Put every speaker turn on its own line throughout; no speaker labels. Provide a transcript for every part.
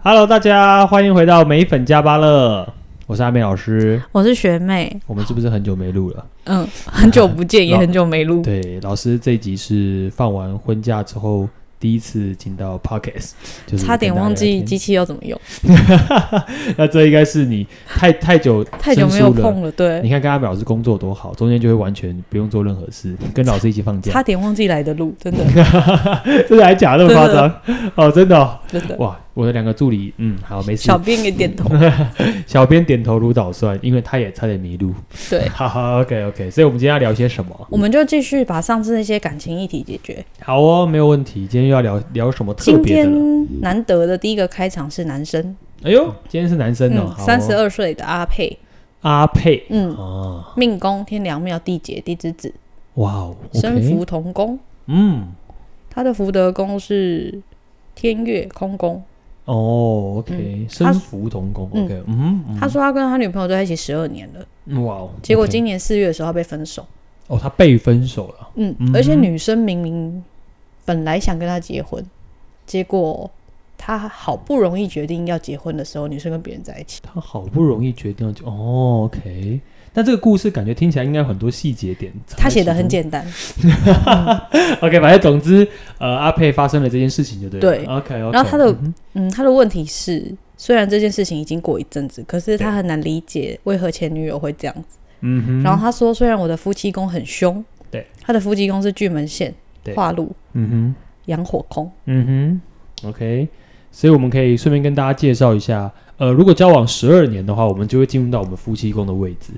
Hello，大家欢迎回到美粉加巴乐，我是阿美老师。
我是学妹，
我们是不是很久没录了？
嗯，很久 不见，也很久没录。
对，老师这一集是放完婚假之后第一次进到 Podcast，就是
差点
跟大家
忘记
聊天
机。器要怎么用，
那这应该是你太太久
太久没有
生疏了
碰了，对，
你看跟阿美老师工作多好，中间就会完全不用做任何事，跟老师一起放假
差。点忘记来的路，真的，
真的还假的？那么夸张？ 哦，真的、哦、
真的。
哇！我的两个助理，嗯，好，没事
小。编也点头，
小编点头如捣蒜，因为他也差点迷路。
对，
好好，OK OK。所以我们今天要聊些什么？
我们就继续把上次那些感情议题解决。
好哦，没有问题。今天又要聊聊什么 特
今
别
天
的了？
难得的第一个开场是男生，
哎呦，今天是男生哦
嗯，，
好哦
三十二岁的阿佩，
阿佩
嗯，
哦，
命宫天良庙地劫地之子，
哇哦，
身
OK
福同宫，
嗯，
他的福德宫是天月空宫。
哦，OK，身
嗯他
福同工
嗯
，OK，嗯，嗯
他说他跟他女朋友在一起十二年了，
嗯哇哦，
结果
OK
今年四月的时候他被分手。
哦，他被分手了，
嗯
嗯，
而且女生明明本来想跟他结婚，结果他好不容易决定要结婚的时候，女生跟别人在一起。
他好不容易决定要就哦，OK。那这个故事感觉听起来应该有很多细节点，
他写的很。简单，
OK，反正总之，呃，阿佩发生了这件事情就对了。
对
o k OK。
然后他的嗯，他的问题是，虽然这件事情已经过一阵子，可是他很难理解为何前女友会这样子。
嗯哼，
然后他说，虽然我的夫妻宫很凶，
对，
他的夫妻宫是巨门线
对、
化禄、
嗯哼。
阳火宫，
嗯哼，OK，所以我们可以顺便跟大家介绍一下，呃，如果交往十二年的话，我们就会进入到我们夫妻宫的位置，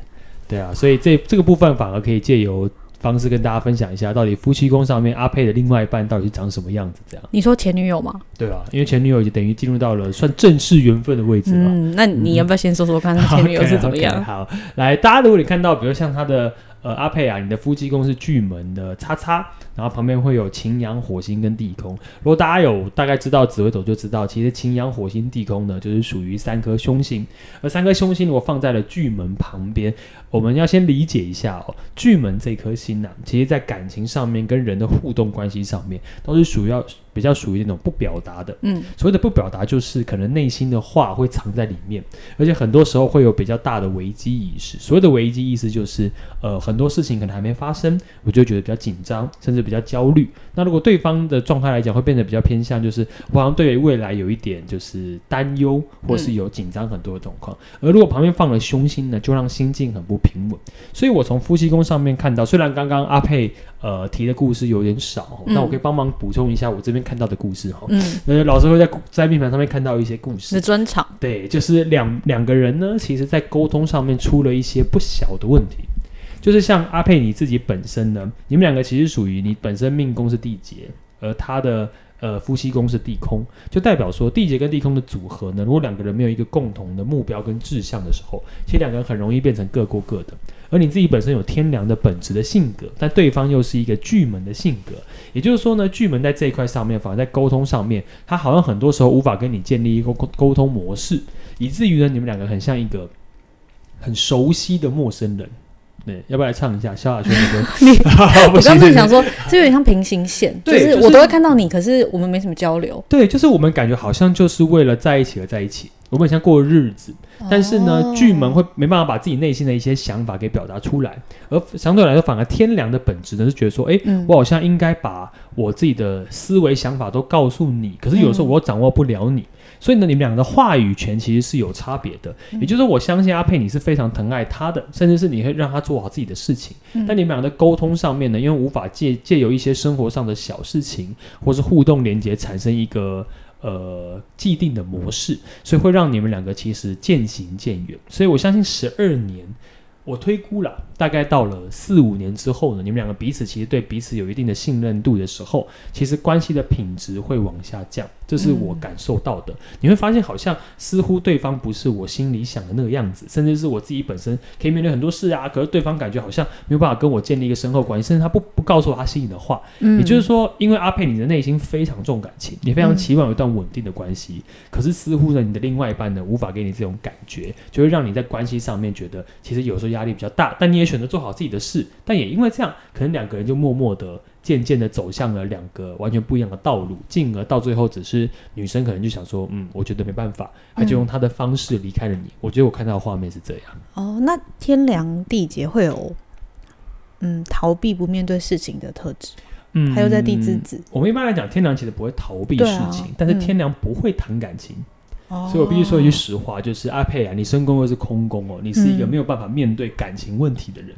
对啊，所以这这个部分反而可以借由方式跟大家分享一下，到底夫妻宫上面阿佩的另外一半到底是长什么样子，这样，
你说前女友吗？
对啊，因为前女友就等于进入到了算正式缘分的位置嘛。
嗯，那你要不要先 说说看他前女友是怎么
o k
样？
好，来，大家如果你看到，比如像他的呃阿佩啊，你的夫妻宫是巨门的叉叉，然后旁边会有擎羊、火星跟地空。如果大家有大概知道紫微斗，就知道其实擎羊、火星、地空呢，就是属于三颗凶星。而三颗凶星如果放在了巨门旁边，我们要先理解一下哦，巨门这颗星呢、其实在感情上面跟人的互动关系上面，都是属于要比较属于那种不表达的。
嗯，
所谓的不表达，就是可能内心的话会藏在里面，而且很多时候会有比较大的危机意识。所谓的危机意识，就是呃很多事情可能还没发生，我就会觉得比较紧张，甚至比较焦虑。那如果对方的状态来讲，会变得比较偏向就是我好像对于未来有一点就是担忧，或是有紧张很多的状况。而如果旁边放了凶星呢，就让心境很不平稳。所以我从夫妻宫上面看到，虽然刚刚阿佩呃提的故事有点少哦，
嗯
那我可以帮忙补充一下我这边看到的故事哈。
嗯，
呃，老师会在故在命盘上面看到一些故
是
事，
专场，
对，就是两两个人呢，其实在沟通上面出了一些不小的问题。就是像阿佩你自己本身呢，你们两个其实属于你本身命宫是地劫，而他的呃夫妻宫是地空，就代表说地劫跟地空的组合呢，如果两个人没有一个共同的目标跟志向的时候，其实两个人很容易变成各过各的。而你自己本身有天良的本质的性格，但对方又是一个巨门的性格，也就是说呢，巨门在这一块上面，反而在沟通上面，他好像很多时候无法跟你建立一个沟沟通模式，以至于呢，你们两个很像一个很熟悉的陌生人。对，要不要来唱一下萧亚轩的歌？
你
我
我刚刚想说，这有点像平行线，就
对
是
就是
我都会看到你，可是我们没什么交流。
对，就是我们感觉好像就是为了在一起而在一起，我们很像过日子。
哦
但是呢，巨门会没办法把自己内心的一些想法给表达出来，而相对来说，反而天良的本质呢是觉得说，诶，
嗯
我好像应该把我自己的思维想法都告诉你，可是有时候
嗯
我又掌握不了你。所以呢，你们两个的话语权其实是有差别的，
嗯
也就是说，我相信阿佩你是非常疼爱他的，甚至是你会让他做好自己的事情。
嗯
但你们俩的沟通上面呢，因为无法借借由一些生活上的小事情或是互动连接产生一个呃既定的模式，所以会让你们两个其实渐行渐远。所以我相信十二年，我推估了，大概到了四五年之后呢，你们两个彼此其实对彼此有一定的信任度的时候，其实关系的品质会往下降，这是我感受到的。你会发现，好像似乎对方不是我心里想的那个样子，甚至是我自己本身可以面对很多事啊，可是对方感觉好像没有办法跟我建立一个深厚关系，甚至他不不告诉我他心里的话。
嗯嗯
也就是说，因为阿佩你的内心非常重感情，你非常期望有一段稳定的关系，可是似乎呢，你的另外一半呢无法给你这种感觉，就会让你在关系上面觉得其实有时候压力比较大，但你也选择做好自己的事，但也因为这样，可能两个人就默默的。渐渐的走向了两个完全不一样的道路，进而到最后只是女生可能就想说，嗯，我觉得没办法，她就用她的方式离开了你。我觉得我看到的画面是这样，
哦，那天良地劫会有嗯逃避不面对事情的特质，
嗯，
还有在地之子，
我们一般来讲，天良其实不会逃避
对
事
啊
情，但是
嗯
天良不会谈感情，
哦
所以我必须说一句实话，就是阿佩啊，你身宫又是空宫哦，你是一个
嗯
没有办法面对感情问题的人。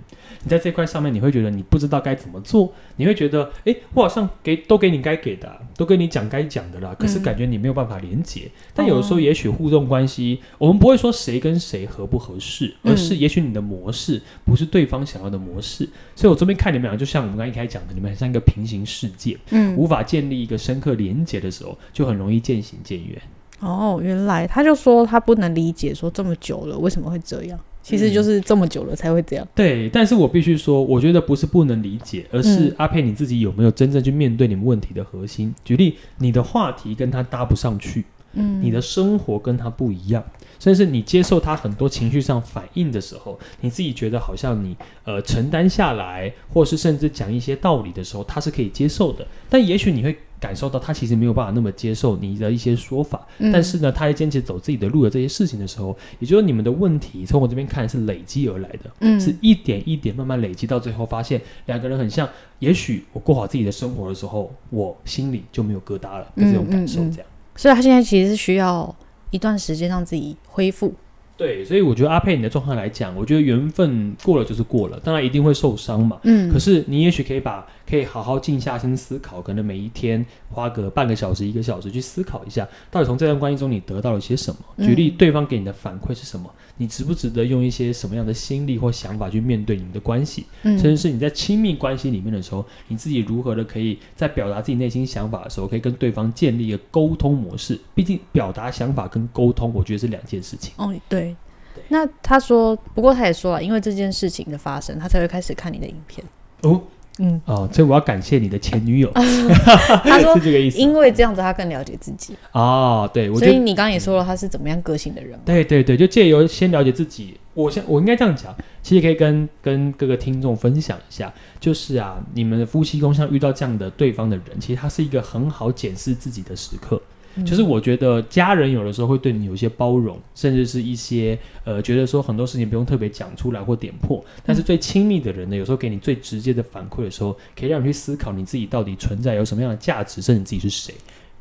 你在这块上面，你会觉得你不知道该怎么做，你会觉得，诶，我好像给都给你该给的啊、都跟你讲该讲的啦，可是
嗯哦
感觉你没有办法连接。但有的时候，也许互动关系，我们不会说谁跟谁合不合适，
嗯
而是也许你的模式不是对方想要的模式。所以我这边看你们俩，就像我们刚一开始讲的，你们很像一个平行世界，
嗯
无法建立一个深刻连接的时候，就很容易渐行渐远。
哦，原来他就说他不能理解，说这么久了为什么会这样，其
嗯
实就是这么久了才会这样，
对，但是我必须说，我觉得不是不能理解，而是
嗯
阿佩你自己有没有真正去面对你们问题的核心。举例，你的话题跟他搭不上去，
嗯，
你的生活跟他不一样，甚至你接受他很多情绪上反应的时候，你自己觉得好像你呃承担下来，或是甚至讲一些道理的时候，他是可以接受的，但也许你会感受到他其实没有办法那么接受你的一些说法，
嗯，
但是呢，他还坚持走自己的路的这些事情的时候，也就是你们的问题从我这边看是累积而来的。
嗯
是一点一点慢慢累积，到最后发现两个人很像。也许我过好自己的生活的时候，我心里就没有疙瘩了的这种感受，
嗯嗯嗯
这样。
所以他现在其实是需要一段时间让自己恢复，
对，所以我觉得阿佩你的状况来讲，我觉得缘分过了就是过了，当然一定会受伤嘛。
嗯
可是你也许可以把可以好好静下心思考，可能每一天花个半个小时、一个小时去思考一下，到底从这段关系中你得到了些什么？
嗯
举例，对方给你的反馈是什么？你值不值得用一些什么样的心力或想法去面对你们的关系？甚至
嗯
是你在亲密关系里面的时候，你自己如何的可以在表达自己内心想法的时候，可以跟对方建立一个沟通模式。毕竟表达想法跟沟通，我觉得是两件事情。
哦对
对。
那他说，不过他也说了，因为这件事情的发生，他才会开始看你的影片。
哦
嗯，
哦，所以我要感谢你的前女友，
啊 他说
是这个意思
因为这样子，他更了解自己。
哦，对，我
所
觉
以
得
你刚刚也说了，他是怎么样个性的人嘛。
对对对，就借由先了解自己，我先我应该这样讲，其实可以跟跟各个听众分享一下，就是啊，你们的夫妻宫像遇到这样的对方的人，其实他是一个很好检视自己的时刻。
嗯
就是我觉得家人有的时候会对你有一些包容，甚至是一些呃觉得说很多事情不用特别讲出来或点破，但是最亲密的人呢，有时候给你最直接的反馈的时候，可以让你去思考你自己到底存在有什么样的价值，甚至你自己是谁。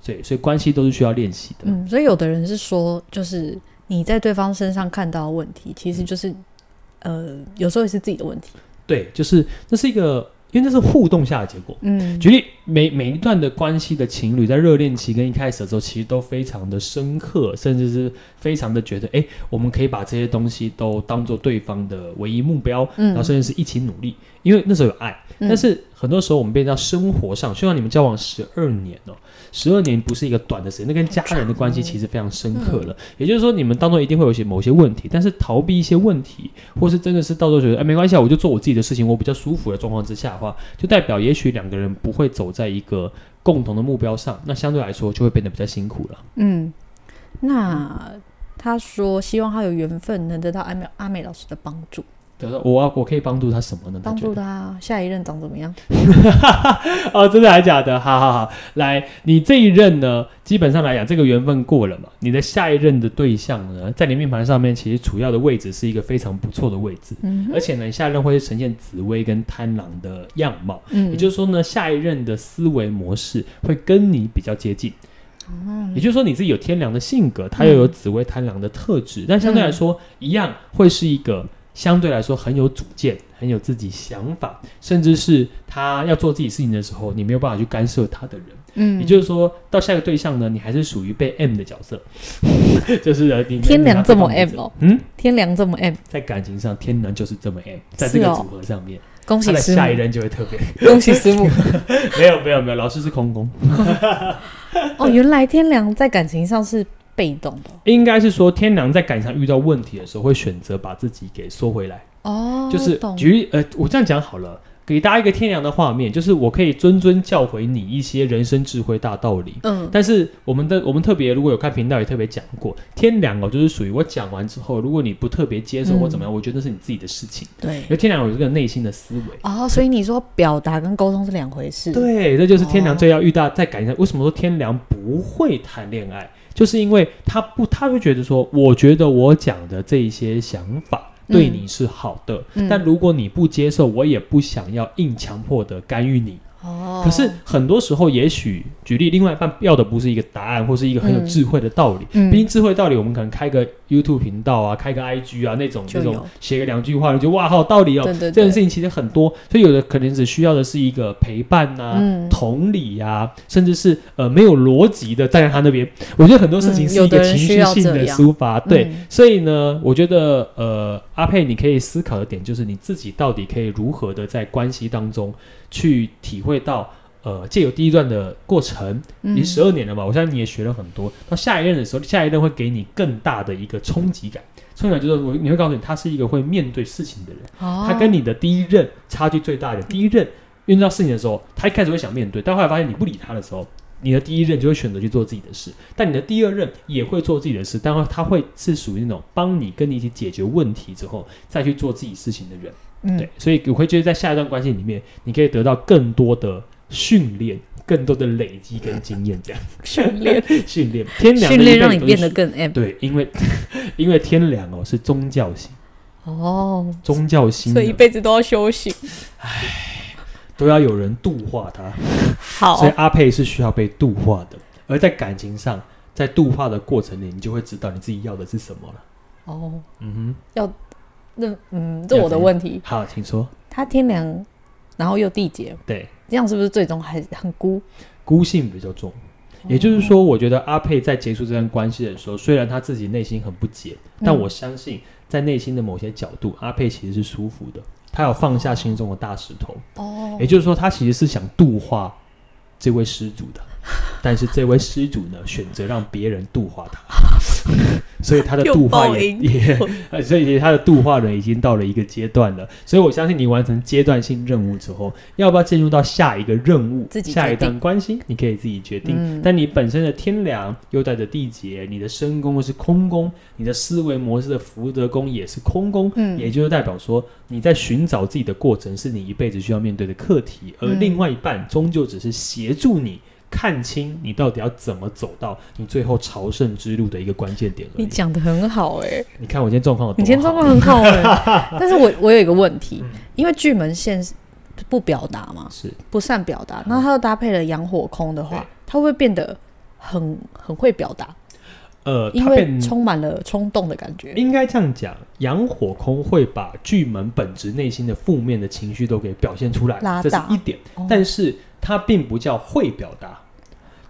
对，所以关系都是需要练习的。
嗯，所以有的人是说，就是你在对方身上看到的问题，
嗯
其实就是呃，有时候也是自己的问题。
对，就是这是一个，因为这是互动下的结果。
嗯，
举例，每每一段的关系的情侣在热恋期跟一开始的时候，其实都非常的深刻，甚至是非常的觉得，哎，我们可以把这些东西都当做对方的唯一目标，
嗯
然后甚至是一起努力，因为那时候有爱。但是很多时候我们变成到生活上，虽然你们交往十二年哦，十二年不是一个短的时间，那跟家人的关系其实非常深刻了。也就是说，你们当中一定会有一些某些问题，但是逃避一些问题，或是真的是到时候觉得哎没关系，啊，我就做我自己的事情，我比较舒服的状况之下的话，就代表也许两个人不会走在一个共同的目标上，那相对来说就会变得比较辛苦了。
嗯，那他说希望他有缘分能得到阿美阿美老师的帮助，
对我要我可以帮助他什么呢？他
帮
觉得
助他下一任长怎么样？
哦，真的还假的？好好好，来，你这一任呢，基本上来讲，这个缘分过了嘛，你的下一任的对象呢，在你命盘上面其实主要的位置是一个非常不错的位置，
嗯哼
而且呢，你下一任会呈现紫薇跟贪狼的样貌，
嗯，
也就是说呢，下一任的思维模式会跟你比较接近。
嗯
也就是说，你自己有天良的性格，他又有紫薇贪狼的特质，但相对
嗯
来说，一样会是一个相对来说很有主见、很有自己想法，甚至是他要做自己事情的时候，你没有办法去干涉他的人。
嗯
也就是说，到下一个对象呢，你还是属于被 M 的角色， 就是呃你
天良这么 M 哦，
嗯，
天良这么 M，
在感情上，天良就是这么 M，在这个
是哦
组合上面，
恭
他
喜
的
师
下一
傅，
任就会特别
恭喜 师傅。
没有没有没有，老师是空宫。
哦，原来天良在感情上是被动的
应该是说，天良在感情上遇到问题的时候，会选择把自己给缩回来。
哦，
就是
懂
举例，呃，我这样讲好了。给大家一个天良的画面，就是我可以谆谆教诲你一些人生智慧大道理。
嗯，
但是我们的我们特别如果有看频道也特别讲过，天良哦，就是属于我讲完之后，如果你不特别接受或怎
嗯
么样，我觉得那是你自己的事情。
对
因。为天良有这个内心的思维，
哦，所以你说表达跟沟通是两回事。，
对，这就是天良
哦
最要遇到在感情上。为什么说天良不会谈恋爱？就是因为他不，他会觉得说，我觉得我讲的这一些想法对
嗯
你是好的，
嗯
但如果你不接受，我也不想要硬强迫的干预你。
哦，
可是很多时候，也许举例，另外一半要的不是一个答案，或是一个很有
嗯
智慧的道理。
嗯
毕竟智慧道理，我们可能开个 YouTube 频道啊，开个 IG 啊那种
就
那种
有
写个两句话，你就哇好有道理哦。
对对
这件
对
事，情其实很多，所以有的可能只需要的是一个陪伴呐、
嗯
啊同理呀、甚至是呃没有逻辑的站在他那边。我觉得很多事情
嗯
是一
有的
个情
人需
绪
要
性
这
的
样
抒发，对。
嗯
所以呢，我觉得呃，阿佩，你可以思考的点就是你自己到底可以如何的在关系当中去体会到。呃，借由第一段的过程，
嗯
你十二年了嘛，我相信你也学了很多。到下一任的时候，下一任会给你更大的一个冲击感。冲击感就是我，你会告诉你，他是一个会面对事情的人。他
他
跟你的第一任差距最大的，第一任遇到事情的时候，他一开始会想面对，但后来发现你不理他的时候，你的第一任就会选择去做自己的事，但你的第二任也会做自己的事，但他会是属于那种帮你跟你一起解决问题之后再去做自己事情的人。
嗯
对，所以我会觉得在下一段关系里面，你可以得到更多的训练。更多的累积跟经验，这样
训练
训 练 天良的一
训
辈
练
子
让你
都是
变得更 M
对，因为因为天良哦是宗教心，
哦，
宗教心
所以一
呢
辈子都要修行。
都要有人度化他。
好
所以，阿佩是需要被度化的，而在感情上，在度化的过程里，你就会知道你自己要的是什么了。
哦，
嗯
那嗯，这我的问题
哼，，好，请说。
他天良，然后又地劫，
对，
这样是不是最终还很孤？
孤性比较重，也就是说，我觉得阿佩在结束这段关系的时候，虽然他自己内心很不解，但
嗯
我相信在内心的某些角度，阿佩其实是舒服的，他有放下心中的大石头。
哦
也就是说，他其实是想度化这位施主 的，但是这位施主呢，选择让别人度化 他，所以他的
又
度化
报
也
应
也， 呃所以他的度化人已经到了一个阶段了。所以我相信你完成阶段性任务之后，要不要进入到下一个任务
自、己
下一
决定
段关系，你可以自己决定。
嗯
但你本身的天良又带着地劫，你的身宫又是空宫，你的思维模式的福德宫也是空宫，
嗯
也就是代表说你在寻找自己的过程是你一辈子需要面对的课题，而
嗯
另外一半终究只是协助你。看清你到底要怎么走到你最后朝圣之路的一个关键点而
你
已。
讲的很好哎、
你看我今天状况有多
你今天状
好？
况很好 哎、但是我我有一个问题，
嗯
因为巨门线是不表达嘛，
是
不善表达，那它又搭配了阳火空的话
嗯对，
它会变得很很会表达，
呃，
因
他
为
变
充满了冲动的感觉。
应该这样讲，阳火空会把巨门本质内心的负面的情绪都给表现出来，
拉
这是
大
一点。
哦
但是它并不叫会表达，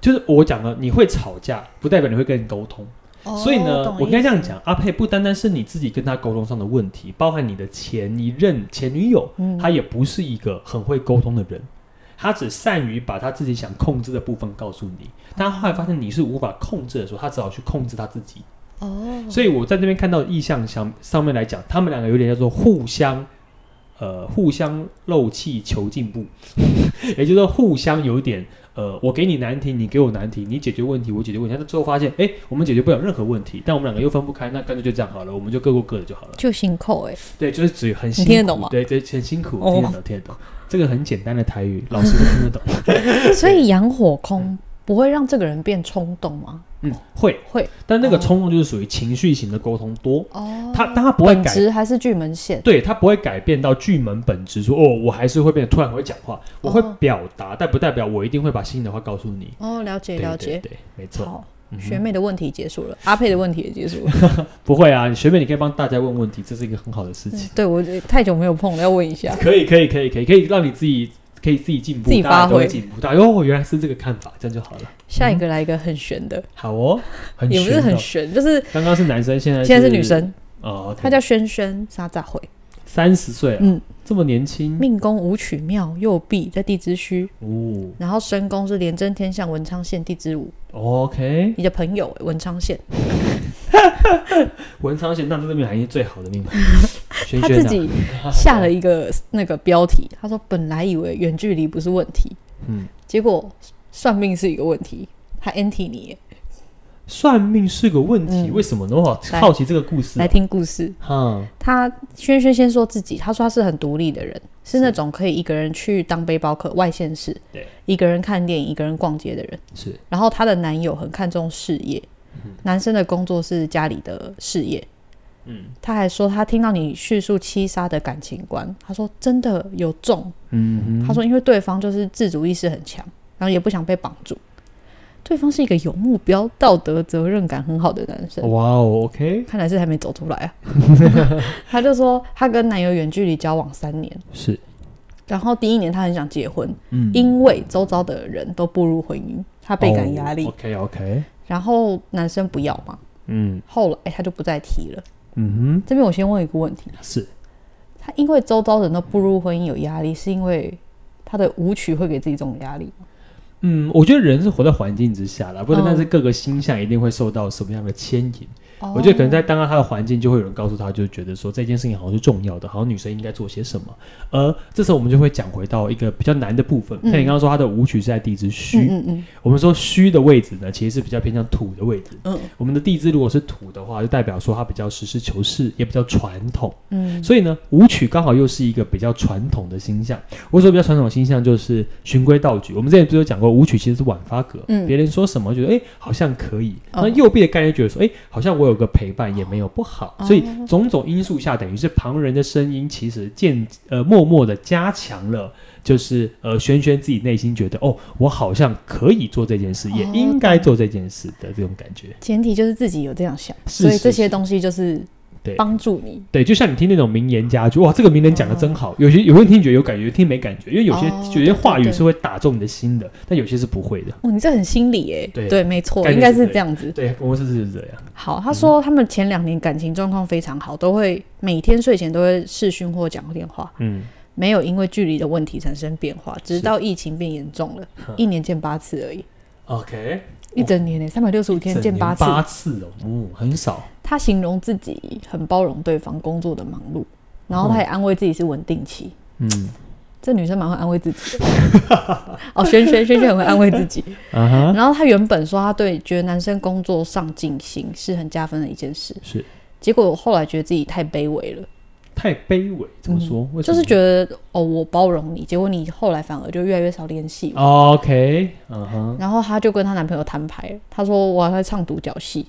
就是我讲了，你会吵架，不代表你会跟人沟通。
哦
所以呢，我应该这样，讲，阿佩不单单是你自己跟他沟通上的问题，包含你的前一任前女友，
嗯
她也不是一个很会沟通的人，她只善于把她自己想控制的部分告诉你，但她后来发现你是无法控制的时候，她只好去控制她自己。
哦，
所以我在这边看到的意象上上面来讲，他们两个有点叫做互相，呃，互相漏气求进步， 也就是说互相有点，呃，我给你难题，你给我难题，你解决问题，我解决问题，但最后发现，哎、我们解决不了任何问题，但我们两个又分不开，那干脆就这样好了，我们就各过各的就好了。
就心扣哎，
对，就是只很辛苦，
你听得懂吗
对对，很辛苦，
哦
听得懂，听得懂。这个很简单的台语，老师都听得懂。
所以阳火空不会让这个人变冲动吗？
嗯，会，
会
但那个冲动就是属于情绪型的沟通多，
哦
他但他不会
本
改
质还是巨门线
对他不会改变到巨门本质，说哦，我还是会变得突然会讲话，我会
哦
表达，但不代表我一定会把心里的话告诉你。
哦，了解
对
了
对
解，
对，没错，
好。
嗯哼
学妹的问题结束了，阿佩的问题也结束 了。
不会啊，你学妹你可以帮大家问问题，这是一个很好的事情，
对我太久没有碰了，要问一下。
可以可以可以可以可以让你自己可以自己进步，
自己
大家
发
都会
挥
进步。大家哦，原来是这个看法，这样就好了。
下一个来一个很悬的，
好哦，很
也不是
玄
很
哦
悬，就是
刚刚是男生，现在
现在是女生，
哦，
她叫轩轩沙扎慧，
三十岁啊，
嗯
这么年轻
命宫武曲庙右弼在地支虚，
哦
然后身宫是廉贞天象文昌县地支午，
，OK，
你的朋友、欸、文昌县，
文昌贤那这边还是最好的命盘，轩
他
轩
自
啊，
己下了一个那个标题，他说本来以为远距离不是问题，
嗯，
结果算命是一个问题，他 anti 你耶。
算命是个问题，
嗯
为什么呢？我好
来
好奇这个故事
来
啊。
听故事，
哈，
他轩轩先说自己，他说他是很独立的人，是那种可以一个人去当背包客外县市，
对，
一个人看电影，一个人逛街的人。
是
然后她的男友很看重事业，男生的工作是家里的事业。
嗯，
他还说他听到你叙述七杀的感情观，他说真的有中。
嗯
他
哼，
说因为对方就是自主意识很强，然后也不想被绑住。对方是一个有目标、道德责任感很好的男生，
哇哦，OK，
看来是还没走出来啊。他就说他跟男友远距离交往三年，
是，
然后第一年他很想结婚，
嗯，
因为周遭的人都步入婚姻，他倍感压力。
哦 OK，OK，
然后男生不要嘛，
嗯
后来、哎他就不再提了。
嗯
这边我先问一个问题：
哼，是
他因为周遭人都步入婚姻有压力，是因为他的舞曲会给自己这种压力吗？
嗯，我觉得人是活在环境之下啦，不然
嗯
但是各个星象一定会受到什么样的牵引。
哦
我觉得可能在当下他的环境，就会有人告诉他，就觉得说这件事情好像是重要的，好像女生应该做些什么。而这时候我们就会讲回到一个比较难的部分，
嗯
像你刚刚说他的舞曲是在地支
嗯
虚，
嗯嗯
我们说虚的位置呢，其实是比较偏向土的位置。
嗯
我们的地支如果是土的话，就代表说它比较实事求是，也比较传统。
嗯
所以呢，舞曲刚好又是一个比较传统的星象。我所比较传统的星象就是循规蹈矩。我们之前不是有讲过，舞曲其实是晚发格，
嗯
别人说什么觉得哎、诶好像可以，
哦
那右臂的概念觉得说哎、诶好像我有个陪伴也没有不好，
哦
所以种种因素下，等于是旁人的声音其实渐呃默默的加强了。就是呃，轩轩自己内心觉得哦，我好像可以做这件事，也
哦
应该做这件事的这种感觉。
前提就是自己有这样想，
是
所以
是
这些
是
东西就是
对
帮助你。
对，就像你听那种名言佳句，哇，这个名人讲的真好。有些有些人听觉得有感觉，有些听没感觉，因为有些、
哦
有些话语
对对对
是会打中你的心的，但有些是不会的。
哦，你这很心理耶、
对
没错，
概念
应该
是
是
对
这样子。
对，我是是这样。
好，他说他们前两年感情状况非常好，都会每天睡前都会视讯或讲电话，
嗯，
没有因为距离的问题产生变化，直
是
到疫情变严重了，
哼哦
一年见八次而已，
OK，
一整年呢、三百六十五天见八次。
八次哦，嗯，很少。
他形容自己很包容对方工作的忙碌，然后他也安慰自己是稳定期。
嗯
这女生蛮会安慰自己的， 哦，轩轩轩轩很会安慰自己。
啊哈，
然后他原本说他对觉得男生工作上进心是很加分的一件事，
是
结果我后来觉得自己太卑微了。
太卑微，怎么说？为什
嗯就
么
是觉得哦，我包容你，结果你后来反而就越来越少联系
哦
我。
OK，嗯哼，
然后她就跟她男朋友摊牌了，她说我还会唱独角戏，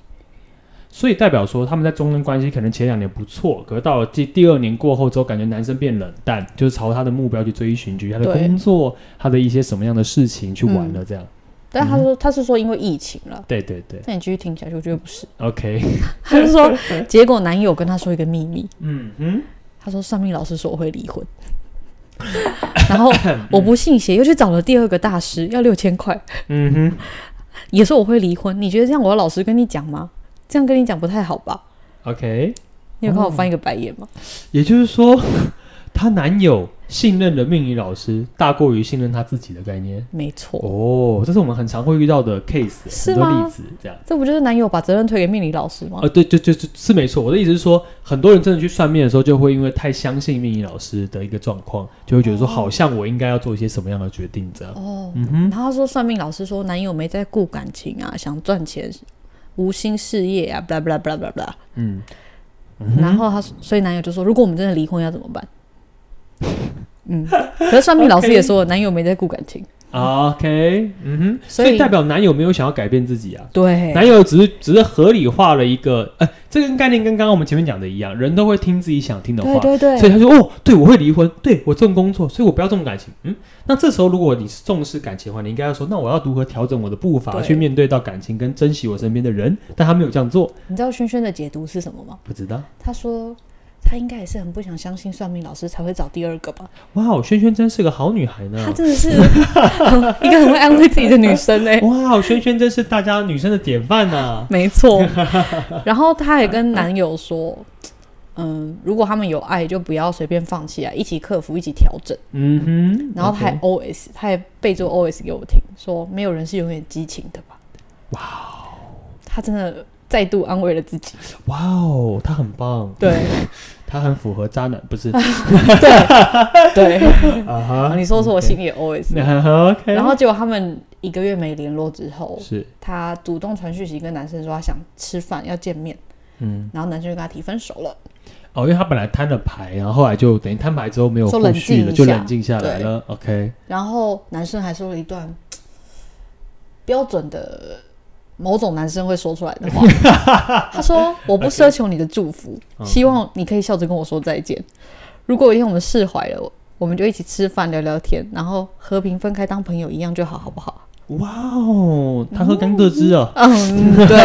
所以代表说他们在中间关系可能前两年不错，可是到了第第二年过后之后，感觉男生变冷淡，就是朝他的目标去追寻，去他的
对嗯
工作，他的一些什么样的事情去玩了这样。
但
嗯
她说她是说因为疫情了。
对对对
那你继续听下去，我觉得不是。
，OK。
她 是说，结果男友跟她说一个秘密，
嗯嗯，
她说算命老师说我会离婚， 然后我不信邪，又去找了第二个大师，要六千块，
嗯哼，
也说我会离婚。你觉得这样我要老实跟你讲吗？这样跟你讲不太好吧？
OK，
你有看
哦
我翻一个白眼吗？
也就是说， 她男友信任的命理老师大过于信任她自己的概念。
没错，
哦，这是我们很常会遇到的 case，
是
很多
吗
例子这样。
这不就是男友把责任推给命理老师吗？
呃，对对对，对是没错。我的意思是说，很多人真的去算命的时候，就会因为太相信命理老师的一个状况，就会觉得说，
哦
好像我应该要做一些什么样的决定这样。
哦，
嗯哼，
然后他说算命老师说男友没在顾感情啊，想赚钱，无心事业啊，blah blah blah blah blah。
嗯，
然后他所以男友就说，如果我们真的离婚要怎么 办？嗯，可是算命老师也说男友没在顾感情，
OK，嗯哼，
所
所
以
以代表男友没有想要改变自己啊。
对，
男友只是只是合理化了一个，呃，这个概念跟刚刚我们前面讲的一样，人都会听自己想听的话
对，对
所以
对，
他说哦，对我会离婚，对我重工作，所以我不要重感情。嗯，那这时候如果你是重视感情的话，你应该要说，那我要如何调整我的步伐
对
去面对到感情跟珍惜我身边的人？但他没有这样做，
你知道轩轩的解读是什么吗？
不知道。
他说他应该也是很不想相信算命老师才会找第二个吧，
哇哦，萱萱真是个好女孩
她
呢。
真的是一个很会 安慰自己的女生哎、
哇哦，萱萱真是大家女生的典范啊呐、
没错。然后她也跟男友说，嗯，如果他们有爱，就不要随便放弃啊，一起克服，一起调整。
嗯哼，
然后她还
OK
OS，她还背着
哦
OS 给我听，说没有人是永远激情的吧？哇，她真的再度安慰了自 己。
哇哦，他很棒，
对
他很符合渣男， 不是？
对，
啊哈，
哦你说说，我
OK
心里也 always。
OK，
然后结果他们一个月没联络之后，
是，
她主动传讯息跟男生说她想吃饭要见面，
嗯，
然后男生就跟她提分手了。
哦，因为他本来摊了牌，然后后来就等于摊牌之后没有
说
后
冷
续
静
了，
一
就
下
冷静下来
对
了。OK，
然后男生还说了一段标准的某种男生会说出来的 话，他说：“我不奢求你的祝福，
嗯
希望你可以笑着跟我说再见。如果有一天我们释怀了，我们就一起吃饭聊聊天，然后和平分开当朋友一样就好，好不好
哇哦，他喝甘蔗汁哦？”，
嗯，对。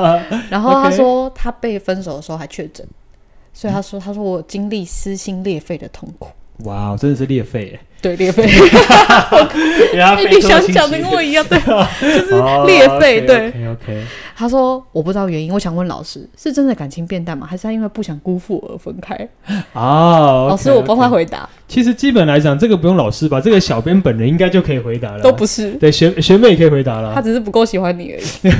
然后他说他被分手的时候还确诊，所以他说：“他说我经历撕心裂肺的痛苦。”
哇哦，真的是裂肺 耶，
对裂 肺，
哎
你想讲的跟我一样，对，
就是
裂肺对
，OK 哦 OK，
他说：“我不知道原因，我想问老师，是真的感情变淡吗？还是他因为不想辜负我而分开？”
哦，
老师，我帮他。回答，
其实基本来讲，这个不用老师吧，这个小编本人应该就可以回答了。
都不是，
对，学学妹也可以回答了
他。只是不够喜 欢你而已。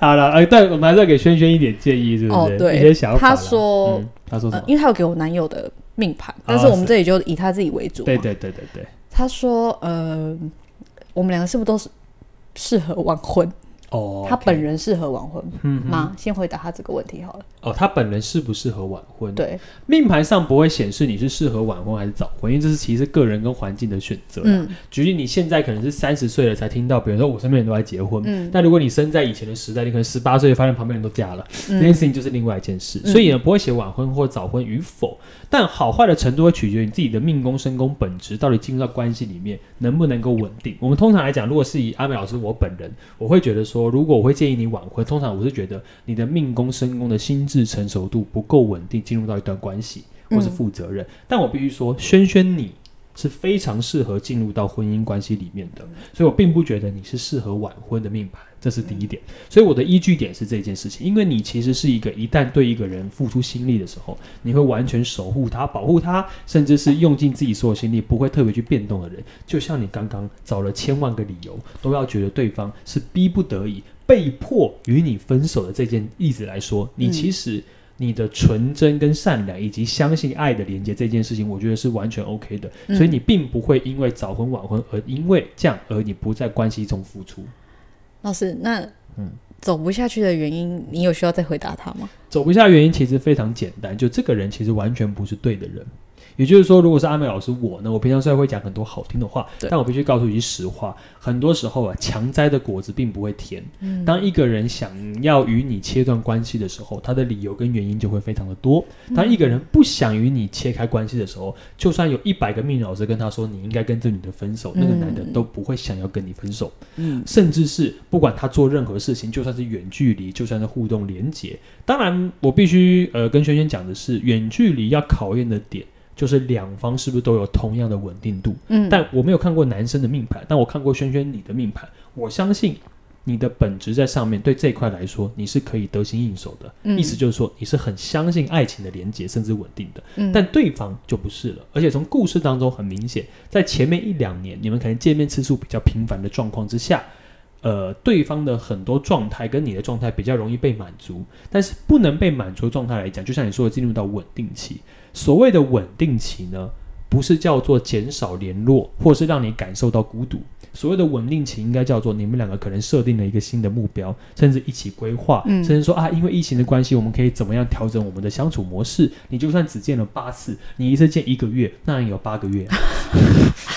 好了，呃，但我们还是要给轩轩一点建议，是不是？
哦对
一些想法啦。
他说
嗯，他说什么？
呃
啊
因为他有给我男友的命盘，但是我们这里就以他自己为主。
对，对对对对。
他说：“呃，我们两个是不是都是适合晚婚？
哦，
他
OK
本人适合晚婚
嗯嗯
吗？先回答他这个问题好了。
哦，他本人适不适合晚婚？，
对，
命盘上不会显示你是适合晚婚还是早婚，因为这是其实个人跟环境的选择。
嗯
举例，你现在可能是三十岁了才听到，比如说我身边人都在结婚，
嗯
但如果你生在以前的时代，你可能十八岁就发现旁边人都嫁了，这件
嗯
事情就是另外一件事。
嗯
所以呢，不会写晚婚或早婚与否，但好坏的程度会取决于你自己的命宫、身宫本质到底进入到关系里面能不能够稳定。我们通常来讲，如果是以阿美老师我本人，我会觉得说，如果我会建议你晚婚，通常我是觉得你的命宫、身宫的心智成熟度不够稳定，进入到一段关系或是负责任。但我必须说，轩轩你。是非常适合进入到婚姻关系里面的，所以我并不觉得你是适合晚婚的命盘，这是第一点。所以我的依据点是这件事情，因为你其实是一个一旦对一个人付出心力的时候，你会完全守护他、保护他，甚至是用尽自己所有心力，不会特别去变动的人。就像你刚刚找了千万个理由，都要觉得对方是逼不得已、被迫与你分手的这件例子来说，你
嗯
其实。你的纯真跟善良，以及相信爱的连接这件事情，我觉得是完全 OK 的。
嗯
所以你并不会因为早婚晚婚而因为这样而你不在关系中付出。
老师，那
嗯
走不下去的原因，你有需要再回答他吗？
走不下原因其实非常简单，就这个人其实完全不是对的人。也就是说，如果是阿美老师我呢，我平常虽然会讲很多好听的话，
对
但我必须告诉你实话，很多时候啊，强摘的果子并不会甜。
嗯
当一个人想要与你切断关系的时候，他的理由跟原因就会非常的多。
嗯
当一个人不想与你切开关系的时候，就算有一百个命理老师跟他说你应该跟这女的分手，那个男的
嗯
都不会想要跟你分手。
嗯
甚至是不管他做任何事情，就算是远距离，就算是互动连接。当然，我必须呃跟轩轩讲的是，远距离要考验的点就是两方是不是都有同样的稳定度。
嗯，
但我没有看过男生的命盘，但我看过轩轩你的命盘，我相信。你的本质在上面，对这一块来说，你是可以得心应手的。
嗯
意思就是说，你是很相信爱情的连结，甚至稳定的。
嗯
但对方就不是了。而且从故事当中很明显，在前面一两年，你们可能见面次数比较频繁的状况之下，呃，对方的很多状态跟你的状态比较容易被满足，但是不能被满足的状态来讲，就像你说的，进入到稳定期。所谓的稳定期呢，不是叫做减少联络，或是让你感受到孤独。所谓的稳定期，应该叫做你们两个可能设定了一个新的目标，甚至一起规划，
嗯
甚至说啊，因为疫情的关系，我们可以怎么样调整我们的相处模式？你就算只见了八次，你一次见一个月，那也有八个 月啊、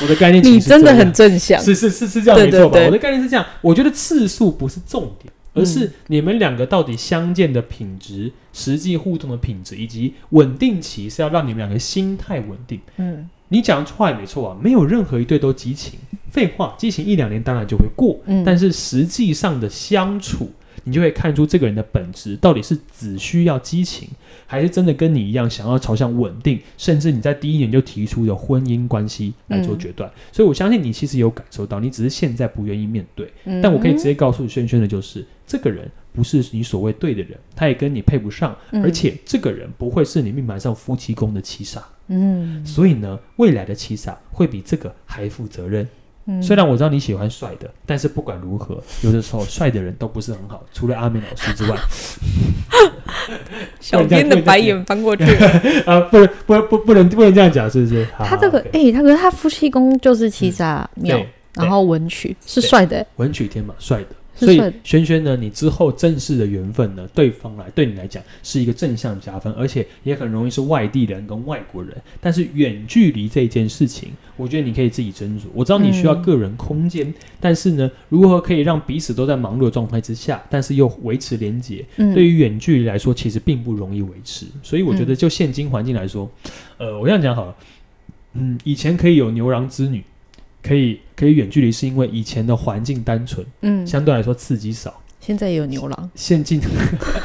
我的概念其实
你
是这样
真的很正向，
是是是是这样
对
没错吧？
对对
我的概念是这样，我觉得次数不是重点，而
嗯
是你们两个到底相见的品质、实际互动的品质，以及稳定期是要让你们两个心态稳定。
嗯
你讲出话也没错啊，没有任何一对都激情，废话，激情一两年当然就会过，
嗯，
但是实际上的相处，你就会看出这个人的本质到底是只需要激情，还是真的跟你一样想要朝向稳定，甚至你在第一年就提出的婚姻关系来做决
嗯
断。所以我相信你其实有感受到，你只是现在不愿意面对。
嗯，
但我可以直接告诉轩轩的就是，这个人不是你所谓对的人，他也跟你配不上，
嗯
而且这个人不会是你命盘上夫妻宫的七煞。
嗯，
所以呢，未来的七煞会比这个还负责任，
嗯，
虽然我知道你喜欢帅的，但是不管如 何，有的时候帅的人都不是很好，除了阿美老师之外，
小编的白眼 翻过去了，
啊，不能不不不能不能这样讲，是不是？好
他这个
好，OK
哎、他可是他夫妻宫就是七杀庙，
嗯对
然后文曲是帅的、
文曲天嘛，帅的。
是
所以
帅的
轩轩呢，你之后正式的缘分呢，对方来对你来讲是一个正向加分，而且也很容易是外地人跟外国人。但是远距离这件事情，我觉得你可以自己斟酌。我知道你需要
嗯
个人空间，但是呢，如何可以让彼此都在忙碌的状态之下，但是又维持连结，
嗯，
对于远距离来说，其实并不容易维持。所以我觉得，就现今环境来说，呃，我这样讲好了，嗯，以前可以有牛郎织女，可以可以远距离，是因为以前的环境单纯，
嗯，
相对来说刺激少。
现在也有牛郎，
现今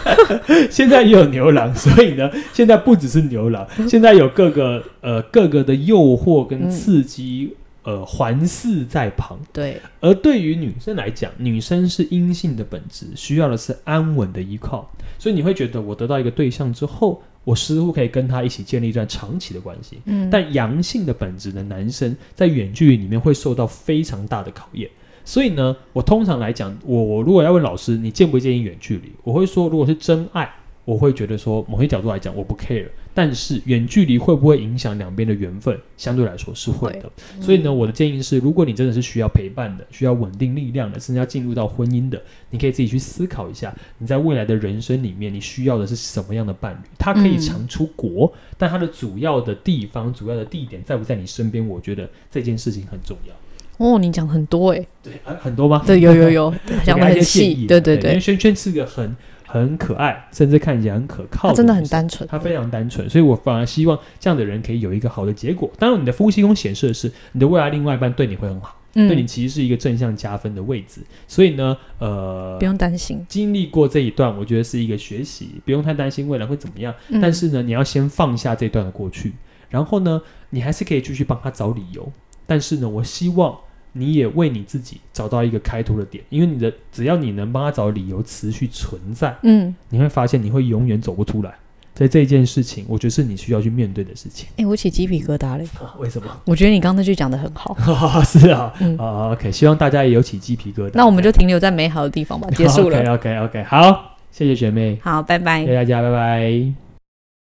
现在也有牛郎，所以呢，现在不只是牛郎， 现在有各个呃各个的诱惑跟
嗯
刺激。呃，环视在旁。
对，
而对于女生来讲，女生是阴性的本质，需要的是安稳的依靠。所以你会觉得，我得到一个对象之后，我似乎可以跟他一起建立一段长期的关系。
嗯，
但阳性的本质的男生，在远距离里面会受到非常大的考验。所以呢，我通常来讲，我我如果要问老师，你建不建议远距离？我会说，如果是真爱，我会觉得说，某些角度来讲，我不 care。但是远距离会不会影响两边的缘分？相对来说是会的。所以
嗯
呢，我的建议是，如果你真的是需要陪伴的、需要稳定力量的，甚至要进入到婚姻的，你可以自己去思考一下，你在未来的人生里面，你需要的是什么样的伴侣？他可以
嗯
常出国，但它的主要的地方、主要的地点在不在你身边？我觉得这件事情很重要。
哦，你讲很多哎、
对，啊、很多吗？
对，有有有，讲
给
的
他一
很
些建议
细，
啦。
对对
因为
对，
轩轩是个很很可爱，甚至看起来很可靠
他
的，
啊真的很。单纯，
他非常单纯，所以我反而希望这样的人可以有一个好的结果。当然，你的夫妻宫显示的是你的未来另外一半对你会很好，对你
嗯，
其实是一个正向加分的位置。所以呢，呃
不，用担心，
经历过这一段，我觉得是一个学习，不用太担心未来会怎么样。
嗯
但是呢，你要先放下这段的过去，然后呢，你还是可以继续帮他找理由。但是呢，我希望你也为你自己找到一个开拓的点，因为你的只要你能帮他找理由持续存在，
嗯，
你会发现你会永远走不出来。所以这件事情，我觉得是你需要去面对的事情。
哎、我起鸡皮疙瘩嘞，
啊、为什么？
我觉得你刚刚那句讲的很好，
是啊，
嗯
啊，OK，希望大家也有起鸡皮疙瘩。
那我们就停留 在啊美好的地方吧，结束了，
OK，OK，OK，好，谢谢学妹，
好，拜拜
谢谢。大家，拜拜。